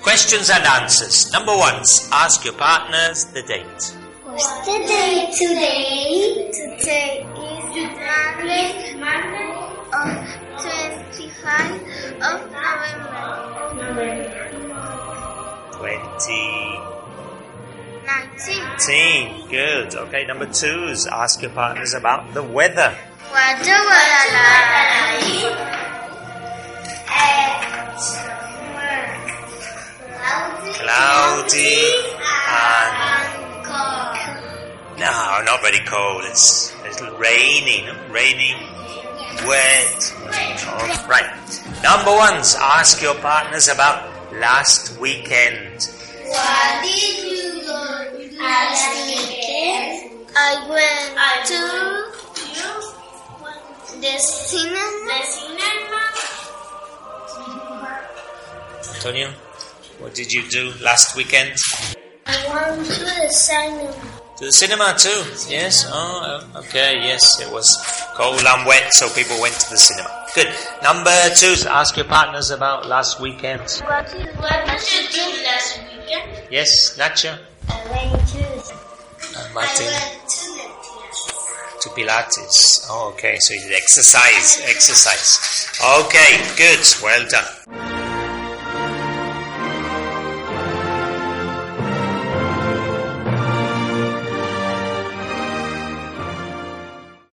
Questions and answers. Number one, ask your partners the date. What's the day today? Today is Monday, Monday of 25 of November. Twenty 19. teen. Good. Okay, number two is ask your partners about the weather. What the weather like? At work. Cloudy and and cold. no, not very cold. It's it's raining, rainy, wet. All right. Number one's ask your partners about last weekend. What did you do last weekend? I went to the cinema. The cinema. Antonio, what did you do last weekend? I went to the cinema. To the cinema too. Yes. Oh, uh, okay. Yes, it was cold and wet, so people went to the cinema. Good. Number two, is ask your partners about last weekend. What did, what did you do last weekend? Yes, Nacho I went to and I Martin went to the theater. to Pilates. Oh, okay. So you did exercise, exercise. Okay, good. Well done.